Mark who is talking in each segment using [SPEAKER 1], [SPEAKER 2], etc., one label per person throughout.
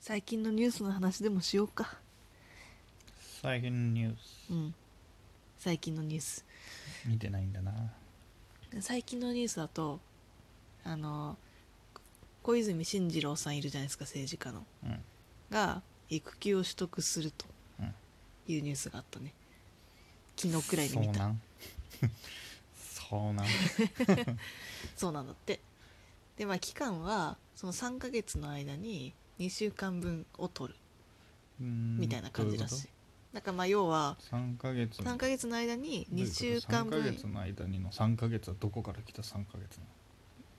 [SPEAKER 1] 最近のニュースの話でもしようか
[SPEAKER 2] 最近のニュース
[SPEAKER 1] うん最近のニュース
[SPEAKER 2] 見てないんだな
[SPEAKER 1] 最近のニュースだとあの小泉進次郎さんいるじゃないですか政治家の
[SPEAKER 2] うん
[SPEAKER 1] が育休を取得すると
[SPEAKER 2] うん
[SPEAKER 1] いうニュースがあったね昨日くらいに見
[SPEAKER 2] そう な
[SPEAKER 1] た
[SPEAKER 2] んそうなん
[SPEAKER 1] そうなんだってでまあ期間はその3ヶ月の間に2週間分を取る み
[SPEAKER 2] み
[SPEAKER 1] たいな感じだしなんかまあ要は
[SPEAKER 2] 3ヶ月
[SPEAKER 1] 3ヶ月の間に
[SPEAKER 2] どうい
[SPEAKER 1] 2
[SPEAKER 2] うこと
[SPEAKER 1] 週間
[SPEAKER 2] 3ヶ
[SPEAKER 1] 分
[SPEAKER 2] 月の間にの3ヶ月はどこから来た3ヶ月な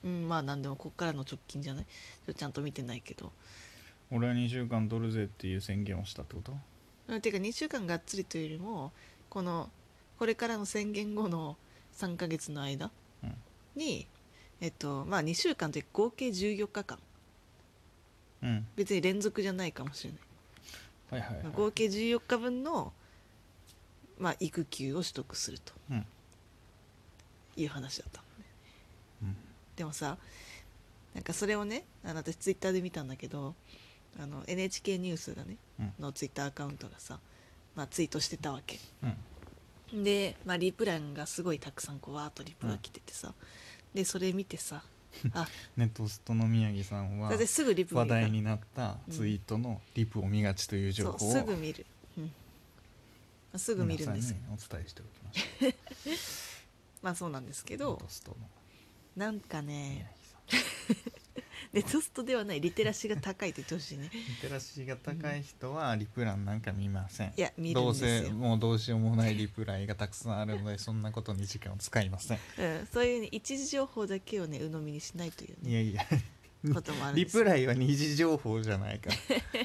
[SPEAKER 1] うんまあ何でもこっからの直近じゃないちょっとちゃんと見てないけど
[SPEAKER 2] の俺は2週間取るぜっていう宣言をしたってこと
[SPEAKER 1] うんていうか2週間がっつりというよりもこのこれからの宣言後の3ヶ月の間
[SPEAKER 2] うん
[SPEAKER 1] に、えっとまあ2週間で合計14日間
[SPEAKER 2] うん
[SPEAKER 1] 別に連続じゃないかもしれない、
[SPEAKER 2] はいはい、はい
[SPEAKER 1] まあ、合計14日分の、まあ、育休を取得すると
[SPEAKER 2] うん
[SPEAKER 1] いう話だったのね
[SPEAKER 2] うん
[SPEAKER 1] でもさなんかそれをねあの私ツイッターで見たんだけどあの NHK ニュースがね、
[SPEAKER 2] うん
[SPEAKER 1] のツイッターアカウントがさ、まあ、ツイートしてたわけ
[SPEAKER 2] うん
[SPEAKER 1] で、まあ、リプランがすごいたくさんこうわーっとリプが来ててさ、でそれ見てさあ
[SPEAKER 2] ネトストの宮城さんは
[SPEAKER 1] だってすぐリプ見
[SPEAKER 2] 話
[SPEAKER 1] るから
[SPEAKER 2] 題になったツイートのリプを見がちという情
[SPEAKER 1] そう
[SPEAKER 2] 報を
[SPEAKER 1] すぐ見る、うん、すぐ見るんですよ、
[SPEAKER 2] 皆さんにお伝えしておきました
[SPEAKER 1] まあそうなんですけ
[SPEAKER 2] ネ
[SPEAKER 1] ど
[SPEAKER 2] トストの
[SPEAKER 1] なんか
[SPEAKER 2] 宮
[SPEAKER 1] ね
[SPEAKER 2] 城さん
[SPEAKER 1] ネトストではないリテラシーが高いって言ってほしい ね
[SPEAKER 2] リテラシーが高い人はリプランなんか見ません
[SPEAKER 1] いや見るんですよ
[SPEAKER 2] どうせもうどうしようもないリプライがたくさんあるのでそんなことに時間を使いません
[SPEAKER 1] うん、そういう、ね、一時情報だけをね鵜呑みにしないという
[SPEAKER 2] い
[SPEAKER 1] ね
[SPEAKER 2] やいや
[SPEAKER 1] こともあるん
[SPEAKER 2] リ
[SPEAKER 1] です
[SPEAKER 2] プ
[SPEAKER 1] よ
[SPEAKER 2] ライは二次情報じゃな いから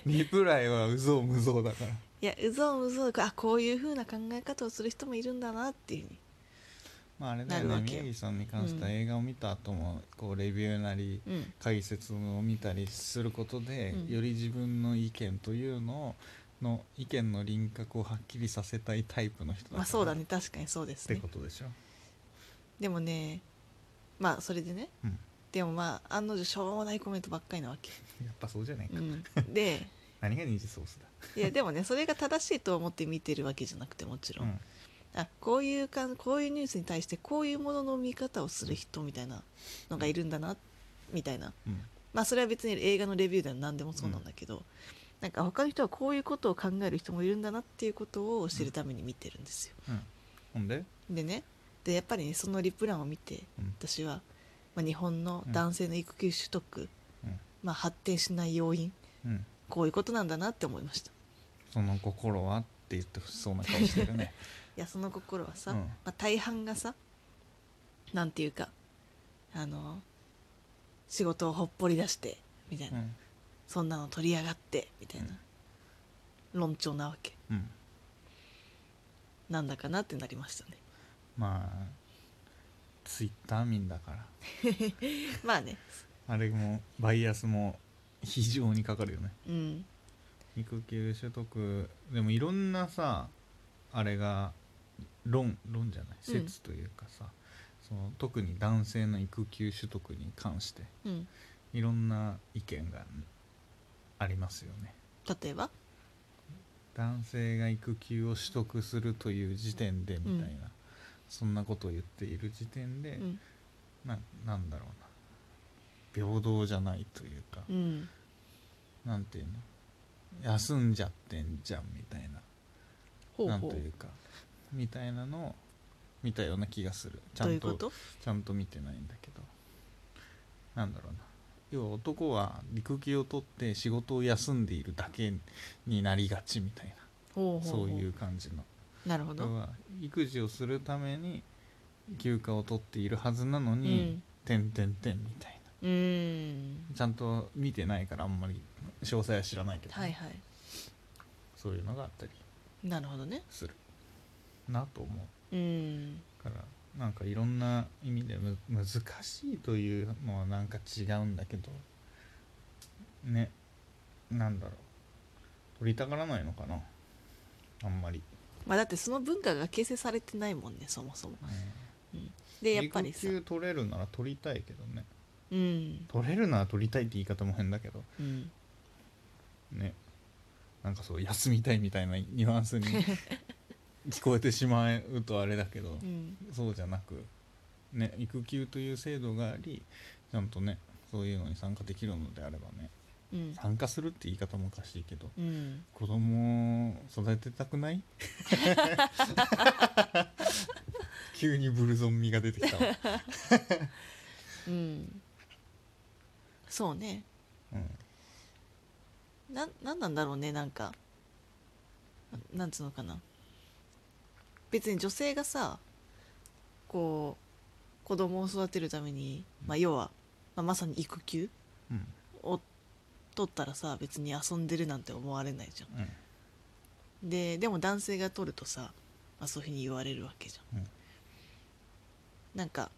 [SPEAKER 2] リプライはうぞうむぞうだから
[SPEAKER 1] いやうぞうぞあこういうふうな考え方をする人もいるんだなっていうふうに
[SPEAKER 2] まああれだよ
[SPEAKER 1] な
[SPEAKER 2] ね
[SPEAKER 1] るわけよ
[SPEAKER 2] 宮城さんに関しては
[SPEAKER 1] うん
[SPEAKER 2] 映画を見た後もこうレビューなり
[SPEAKER 1] うん
[SPEAKER 2] 解説を見たりすることで、
[SPEAKER 1] うん
[SPEAKER 2] より自分の意見というのをの意見の輪郭をはっきりさせたいタイプの人だから
[SPEAKER 1] まあそうだね確かにそうで
[SPEAKER 2] っ
[SPEAKER 1] す
[SPEAKER 2] て
[SPEAKER 1] ね
[SPEAKER 2] ことでしょ、
[SPEAKER 1] でもねまあそれでね
[SPEAKER 2] うん、
[SPEAKER 1] でもまあ案の定しょうもないコメントばっかりなわけ、
[SPEAKER 2] やっぱそうじゃないか、
[SPEAKER 1] うん、 で
[SPEAKER 2] 何が二次ソースだ
[SPEAKER 1] いやでもねそれが正しいと思って見てるわけじゃなくてもちろん、
[SPEAKER 2] うん
[SPEAKER 1] あこういうかんこういうニュースに対してこういうものの見方をする人みたいなのがいるんだなみたいな
[SPEAKER 2] うん
[SPEAKER 1] まあそれは別に映画のレビューでも何でもそうなんだけど、なんか他の人はこういうことを考える人もいるんだなっていうことを知るために見てるんですよ。
[SPEAKER 2] うん、ほんで、
[SPEAKER 1] でねでやっぱりねそのリプランを見て
[SPEAKER 2] うん
[SPEAKER 1] 私は、まあ、日本の男性の育休取得、
[SPEAKER 2] うん
[SPEAKER 1] まあ、発展しない要因
[SPEAKER 2] うん、
[SPEAKER 1] こういうことなんだなって思いました。
[SPEAKER 2] その心はって言ってほしそうな顔してるね
[SPEAKER 1] いやその心はさ、
[SPEAKER 2] うん
[SPEAKER 1] まあ、大半がさなんていうかあの仕事をほっぽり出してみたいうな、
[SPEAKER 2] ん
[SPEAKER 1] そんなの取り上がってみたいな、論調なわけ
[SPEAKER 2] うん
[SPEAKER 1] なんだかなってなりましたね
[SPEAKER 2] まあツイッター民だから
[SPEAKER 1] まあね
[SPEAKER 2] あれもバイアスも非常にかかるよね
[SPEAKER 1] うん
[SPEAKER 2] 育休取得でもいろんなさあれが論論じゃない
[SPEAKER 1] うん
[SPEAKER 2] 説というかさ、その特に男性の育休取得に関して
[SPEAKER 1] うん
[SPEAKER 2] いろんな意見がありますよね
[SPEAKER 1] 例えば
[SPEAKER 2] 男性が育休を取得するという時点でみたいな、そんなことを言っている時点で、
[SPEAKER 1] うん、
[SPEAKER 2] ななんだろうな平等じゃないというか、
[SPEAKER 1] うん、
[SPEAKER 2] なんていうの休んじゃってんじゃんみたいな
[SPEAKER 1] ほう
[SPEAKER 2] なん
[SPEAKER 1] ほ
[SPEAKER 2] といううかみたいなのを見たような気がするちゃ
[SPEAKER 1] どうい
[SPEAKER 2] ん
[SPEAKER 1] うことと
[SPEAKER 2] ちゃんと見てないんだけどなんだろうな要は男は育休を取って仕事を休んでいるだけになりがちみたいな
[SPEAKER 1] ほうほうほ
[SPEAKER 2] そう
[SPEAKER 1] う
[SPEAKER 2] いう感じの
[SPEAKER 1] なるほど
[SPEAKER 2] 要は育児をするために休暇を取っているはずなのに、点点点みたい
[SPEAKER 1] うんうん
[SPEAKER 2] なちゃんと見てないからあんまり詳細は知らないけどね、
[SPEAKER 1] はいはい
[SPEAKER 2] そういうのがあったり
[SPEAKER 1] なるほどね
[SPEAKER 2] するなと思う
[SPEAKER 1] うん
[SPEAKER 2] からなんかいろんな意味でむ難しいというのはなんか違うんだけどねなんだろう取りたがらないのかなあんまり、
[SPEAKER 1] まあだってその文化が形成されてないもんねそもそも
[SPEAKER 2] うん
[SPEAKER 1] でやっぱり
[SPEAKER 2] 育
[SPEAKER 1] さ
[SPEAKER 2] 休取れるなら取りたいけどね
[SPEAKER 1] うん
[SPEAKER 2] 取れるなら取りたいって言い方も変だけど
[SPEAKER 1] うん
[SPEAKER 2] ねなんかそう休みたいみたいなニュア ンスに聞こえてしまうとあれだけど、
[SPEAKER 1] うん
[SPEAKER 2] そうじゃなく、ね、育休という制度がありちゃんとねそういうのに参加できるのであればね
[SPEAKER 1] うん
[SPEAKER 2] 参加するって言い方もおかしいけど
[SPEAKER 1] うん
[SPEAKER 2] 子供を育てた くない 急にブルゾン味が出てきたわ、
[SPEAKER 1] うんそうね
[SPEAKER 2] うん、
[SPEAKER 1] なんなんなんだろうねなんかななんつうのかな別に女性がさこう子供を育てるために、まあ、要は、まあ、まさに育休
[SPEAKER 2] うん
[SPEAKER 1] を取ったらさ別に遊んでるなんて思われないじゃ
[SPEAKER 2] うん
[SPEAKER 1] んででも男性が取るとさ、まあ、そういうふうに言われるわけじゃん、
[SPEAKER 2] うん
[SPEAKER 1] なんか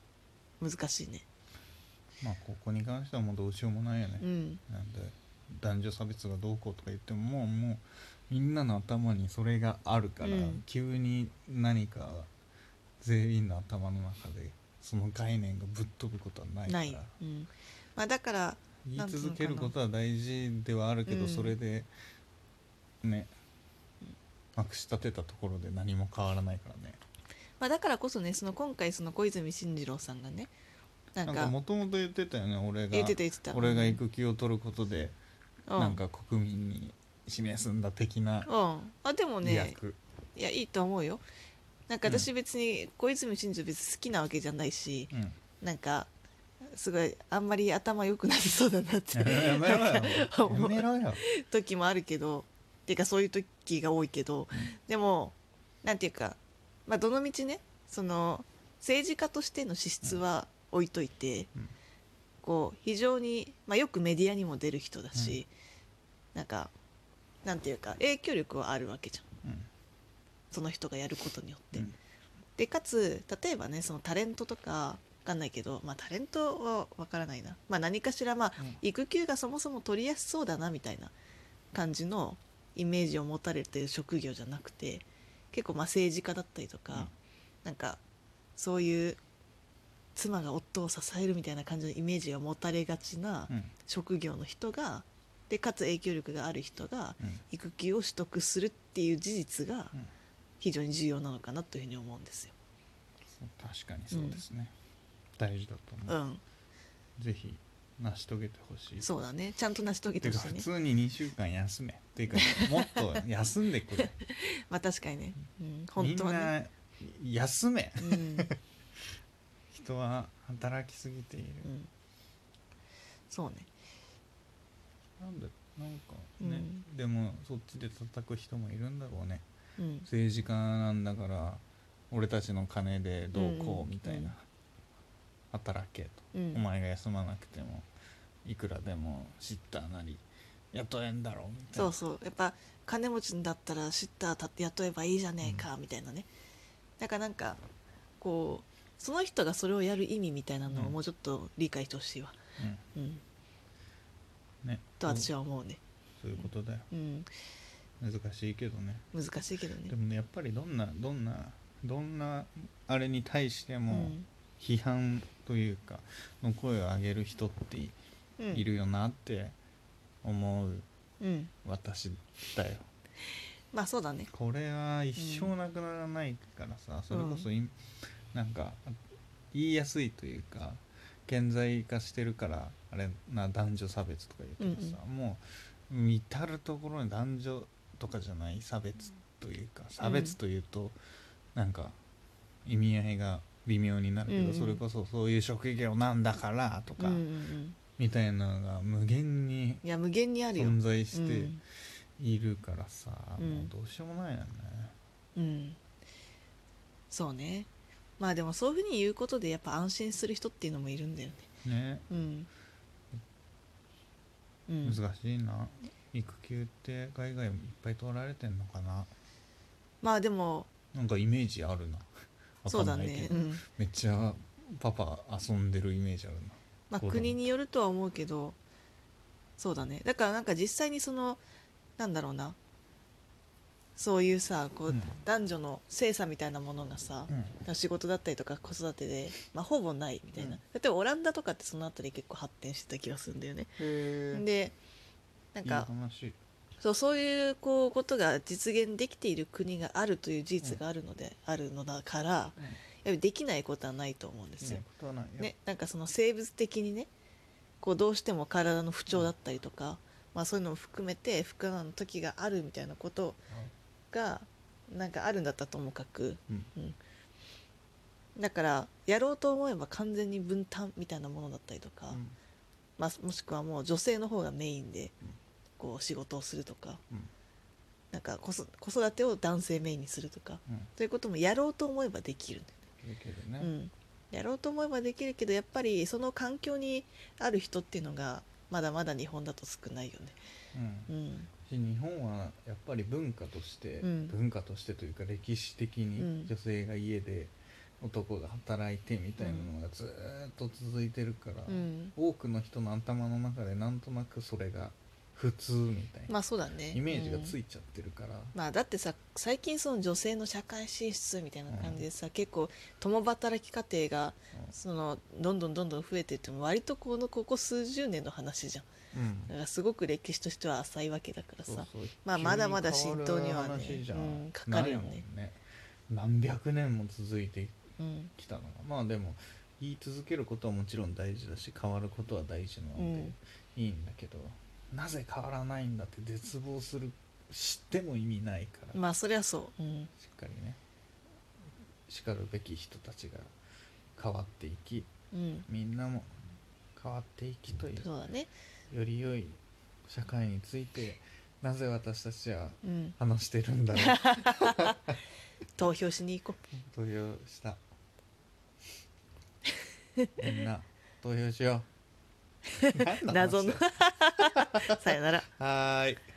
[SPEAKER 1] 難しいね
[SPEAKER 2] まあここに関してはもうどうしようもないよね、
[SPEAKER 1] うん
[SPEAKER 2] なんで男女差別がどうこうとか言ってももうもうみんなの頭にそれがあるから、
[SPEAKER 1] うん
[SPEAKER 2] 急に何か全員の頭の中でその概念がぶっ飛ぶことはないか
[SPEAKER 1] な
[SPEAKER 2] ら
[SPEAKER 1] い、うんまあ、だから
[SPEAKER 2] 言い続けることは大事ではあるけど、
[SPEAKER 1] うん
[SPEAKER 2] それでねまくし立てたところで何も変わらないからね
[SPEAKER 1] まあ、だからこそねその今回その小泉進次郎さんがねな
[SPEAKER 2] なんん
[SPEAKER 1] か
[SPEAKER 2] かもともと言ってたよね俺が
[SPEAKER 1] 言ってた言ってた
[SPEAKER 2] 俺が育休を取ることで、
[SPEAKER 1] うん
[SPEAKER 2] なんか国民に示すんだ的な
[SPEAKER 1] うんあでも
[SPEAKER 2] 威
[SPEAKER 1] ね
[SPEAKER 2] 訳、
[SPEAKER 1] いやいいと思うよなんか私別に小泉進次郎別に好きなわけじゃないし
[SPEAKER 2] うん
[SPEAKER 1] なんかすごいあんまり頭良くなりそうだなって
[SPEAKER 2] やめろよやめろよ
[SPEAKER 1] 時もあるけどっていうかそういう時が多いけど、でもなんていうか、まあ、どの道ねその政治家としての資質は置いといて、
[SPEAKER 2] うん
[SPEAKER 1] こう非常に、まあ、よくメディアにも出る人だし、なんかなんていうか影響力はあるわけじゃん
[SPEAKER 2] うん
[SPEAKER 1] その人がやることによって。
[SPEAKER 2] うん
[SPEAKER 1] でかつ例えばねそのタレントとかわかんないけど、まあ、タレントはわからないな、まあ、何かしら、まあ
[SPEAKER 2] うん
[SPEAKER 1] 育休がそもそも取りやすそうだなみたいな感じのイメージを持たれてる職業じゃなくて結構まあ政治家だったりとか、
[SPEAKER 2] うん
[SPEAKER 1] なんかそういう妻が夫を支えるみたいな感じのイメージが持たれがちな
[SPEAKER 2] うん
[SPEAKER 1] 職業の人がでかつ影響力がある人が
[SPEAKER 2] うん
[SPEAKER 1] 育休を取得するっていう事実が
[SPEAKER 2] うん
[SPEAKER 1] 非常に重要なのかなというふうに思うんですよ。
[SPEAKER 2] そう確かにそうですね、大事だと
[SPEAKER 1] う
[SPEAKER 2] 思う、
[SPEAKER 1] ん、
[SPEAKER 2] ぜひ成し遂げてほしい
[SPEAKER 1] そうだねちゃんと成し遂げて
[SPEAKER 2] て
[SPEAKER 1] ほ
[SPEAKER 2] か
[SPEAKER 1] しい
[SPEAKER 2] 普
[SPEAKER 1] ね。
[SPEAKER 2] 通に2週間休めっていうかもっと休んでくれ
[SPEAKER 1] まあ確かにね、うん、 本当はね。
[SPEAKER 2] みんな休め
[SPEAKER 1] うん
[SPEAKER 2] 人は働きすぎている、
[SPEAKER 1] うんそうね
[SPEAKER 2] なんでなんかね、
[SPEAKER 1] うん
[SPEAKER 2] でもそっちで叩く人もいるんだろうね
[SPEAKER 1] うん
[SPEAKER 2] 政治家なんだから俺たちの金でどうこうみたいな、
[SPEAKER 1] うんうん
[SPEAKER 2] 働けと、
[SPEAKER 1] うん
[SPEAKER 2] お前が休まなくてもいくらでもシッターなり雇えんだろうみたい
[SPEAKER 1] そ
[SPEAKER 2] な
[SPEAKER 1] うそうやっぱ金持ちだったらシッターたって雇えばいいじゃねえかみたいなねだからなんかこうその人がそれをやる意味みたいなのを
[SPEAKER 2] うん
[SPEAKER 1] もうちょっと理解してほしいわ、うん、
[SPEAKER 2] うんね、
[SPEAKER 1] と私
[SPEAKER 2] は
[SPEAKER 1] は思うね、
[SPEAKER 2] そういうことだよ
[SPEAKER 1] うん、
[SPEAKER 2] 難しいけどね
[SPEAKER 1] 難しいけどね
[SPEAKER 2] でもねやっぱりどんなどんなどんなあれに対して
[SPEAKER 1] う
[SPEAKER 2] も
[SPEAKER 1] ん
[SPEAKER 2] 批判というかの声を上げる人ってい
[SPEAKER 1] うん
[SPEAKER 2] いるよなって思う
[SPEAKER 1] うん
[SPEAKER 2] 私だよ
[SPEAKER 1] まあそうだね
[SPEAKER 2] これは一生なくならないからさ、それこそいなんか言いやすいというか顕在化してるからあれな男女差別とか言うけどさ、もう至る所に男女とかじゃない差別というか差別というと、なんか意味合いが微妙になるけど、
[SPEAKER 1] うんうん
[SPEAKER 2] それこそそういう職業なんだからと
[SPEAKER 1] うん
[SPEAKER 2] か、
[SPEAKER 1] うんうん
[SPEAKER 2] みたいなのが無限に
[SPEAKER 1] いや無限にあるよ
[SPEAKER 2] 存在して。
[SPEAKER 1] うん
[SPEAKER 2] いるからさ、
[SPEAKER 1] うん
[SPEAKER 2] もうどうしようもないよね
[SPEAKER 1] うん、そうねまあでもそういうふうに言うことでやっぱ安心する人っていうのもいるんだよね
[SPEAKER 2] ね、
[SPEAKER 1] うん、うん、
[SPEAKER 2] 難しいな育休って海外もいっぱい取られてんのかな
[SPEAKER 1] まあでも
[SPEAKER 2] なんかイメージあるな わ
[SPEAKER 1] そ
[SPEAKER 2] か
[SPEAKER 1] うん
[SPEAKER 2] な
[SPEAKER 1] だ
[SPEAKER 2] い
[SPEAKER 1] ね
[SPEAKER 2] け、ど
[SPEAKER 1] うん
[SPEAKER 2] めっちゃパパ遊んでるイメージあるな
[SPEAKER 1] ま
[SPEAKER 2] そ
[SPEAKER 1] あ、
[SPEAKER 2] うだね
[SPEAKER 1] 国によるとは思うけどそうだねだからなんか実際にそのなんだろうなそういうさこう、
[SPEAKER 2] うん
[SPEAKER 1] 男女の性差みたいなものがさ、
[SPEAKER 2] うん
[SPEAKER 1] 仕事だったりとか子育てで、まあ、ほぼないみたいな、
[SPEAKER 2] うん
[SPEAKER 1] 例えばオランダとかってそのあたり結構発展してた気がするんだよね、
[SPEAKER 2] へ
[SPEAKER 1] でなん
[SPEAKER 2] いい
[SPEAKER 1] か
[SPEAKER 2] 話
[SPEAKER 1] そうそういうこうことが実現できている国があるという事実があるので、あるのだからやっ
[SPEAKER 2] うん
[SPEAKER 1] ぱりできないことはないと思うんですよ。
[SPEAKER 2] ねことはないよ
[SPEAKER 1] ね、なんかその生物的にねこうどうしても体の不調だったりとか、まあ、そういうのも含めて不可能の時があるみたいなことがなんかあるんだったらともかく、
[SPEAKER 2] うん
[SPEAKER 1] だからやろうと思えば完全に分担みたいなものだったりとか、
[SPEAKER 2] うん
[SPEAKER 1] まあ、もしくはもう女性の方がメインで
[SPEAKER 2] うん
[SPEAKER 1] こう仕事をするとか、
[SPEAKER 2] うん
[SPEAKER 1] なんか子育子育てを男性メインにするとか
[SPEAKER 2] うん
[SPEAKER 1] ということもやろうと思えばできるんだよね
[SPEAKER 2] できるね、
[SPEAKER 1] うん、やろうと思えばできるけどやっぱりその環境にある人っていうのがまだまだ日本だと少ないよね。
[SPEAKER 2] うん
[SPEAKER 1] うん
[SPEAKER 2] し日本はやっぱり文化として、
[SPEAKER 1] うん
[SPEAKER 2] 文化としてというか歴史的
[SPEAKER 1] う
[SPEAKER 2] に
[SPEAKER 1] ん
[SPEAKER 2] 女性が家で男が働いてみたいなのがずーっと続いてるから、
[SPEAKER 1] うん、
[SPEAKER 2] 多くの人の頭の中でなんとなくそれが普通みたいな、
[SPEAKER 1] まあそうだね
[SPEAKER 2] イメージがつ
[SPEAKER 1] い、
[SPEAKER 2] いちゃってるから、
[SPEAKER 1] うんまあだってさ最近その女性の社会進出みたいな感じでさ、結構共働き家庭がそのどんどんどんどん増えてっても割とこのここ数十年の話じゃん
[SPEAKER 2] うん
[SPEAKER 1] だからすごく歴史としては浅いわけだからさ
[SPEAKER 2] そうそう
[SPEAKER 1] まあ
[SPEAKER 2] 急に
[SPEAKER 1] まだまだ浸透にはね
[SPEAKER 2] 変わる話じゃん
[SPEAKER 1] うんかかるよね
[SPEAKER 2] ないもん何百年も続いて
[SPEAKER 1] うん
[SPEAKER 2] きたのがまあでも言い続けることはもちろん大事だし変わることは大事なので、いいんだけどなぜ変わらないんだって絶望する知っても意味ないから、
[SPEAKER 1] まあそりゃそう、うん
[SPEAKER 2] しっかりねしかるべき人たちが変わっていき
[SPEAKER 1] うん、
[SPEAKER 2] みんなも変わっていきという
[SPEAKER 1] そうだね、
[SPEAKER 2] より良い社会についてなぜ私たちは
[SPEAKER 1] うん、
[SPEAKER 2] 話してるん だろ
[SPEAKER 1] 投票しに行こ
[SPEAKER 2] う投票したみんな投票しよう 何
[SPEAKER 1] う
[SPEAKER 2] 話
[SPEAKER 1] 謎の
[SPEAKER 2] して
[SPEAKER 1] さよなら
[SPEAKER 2] はーい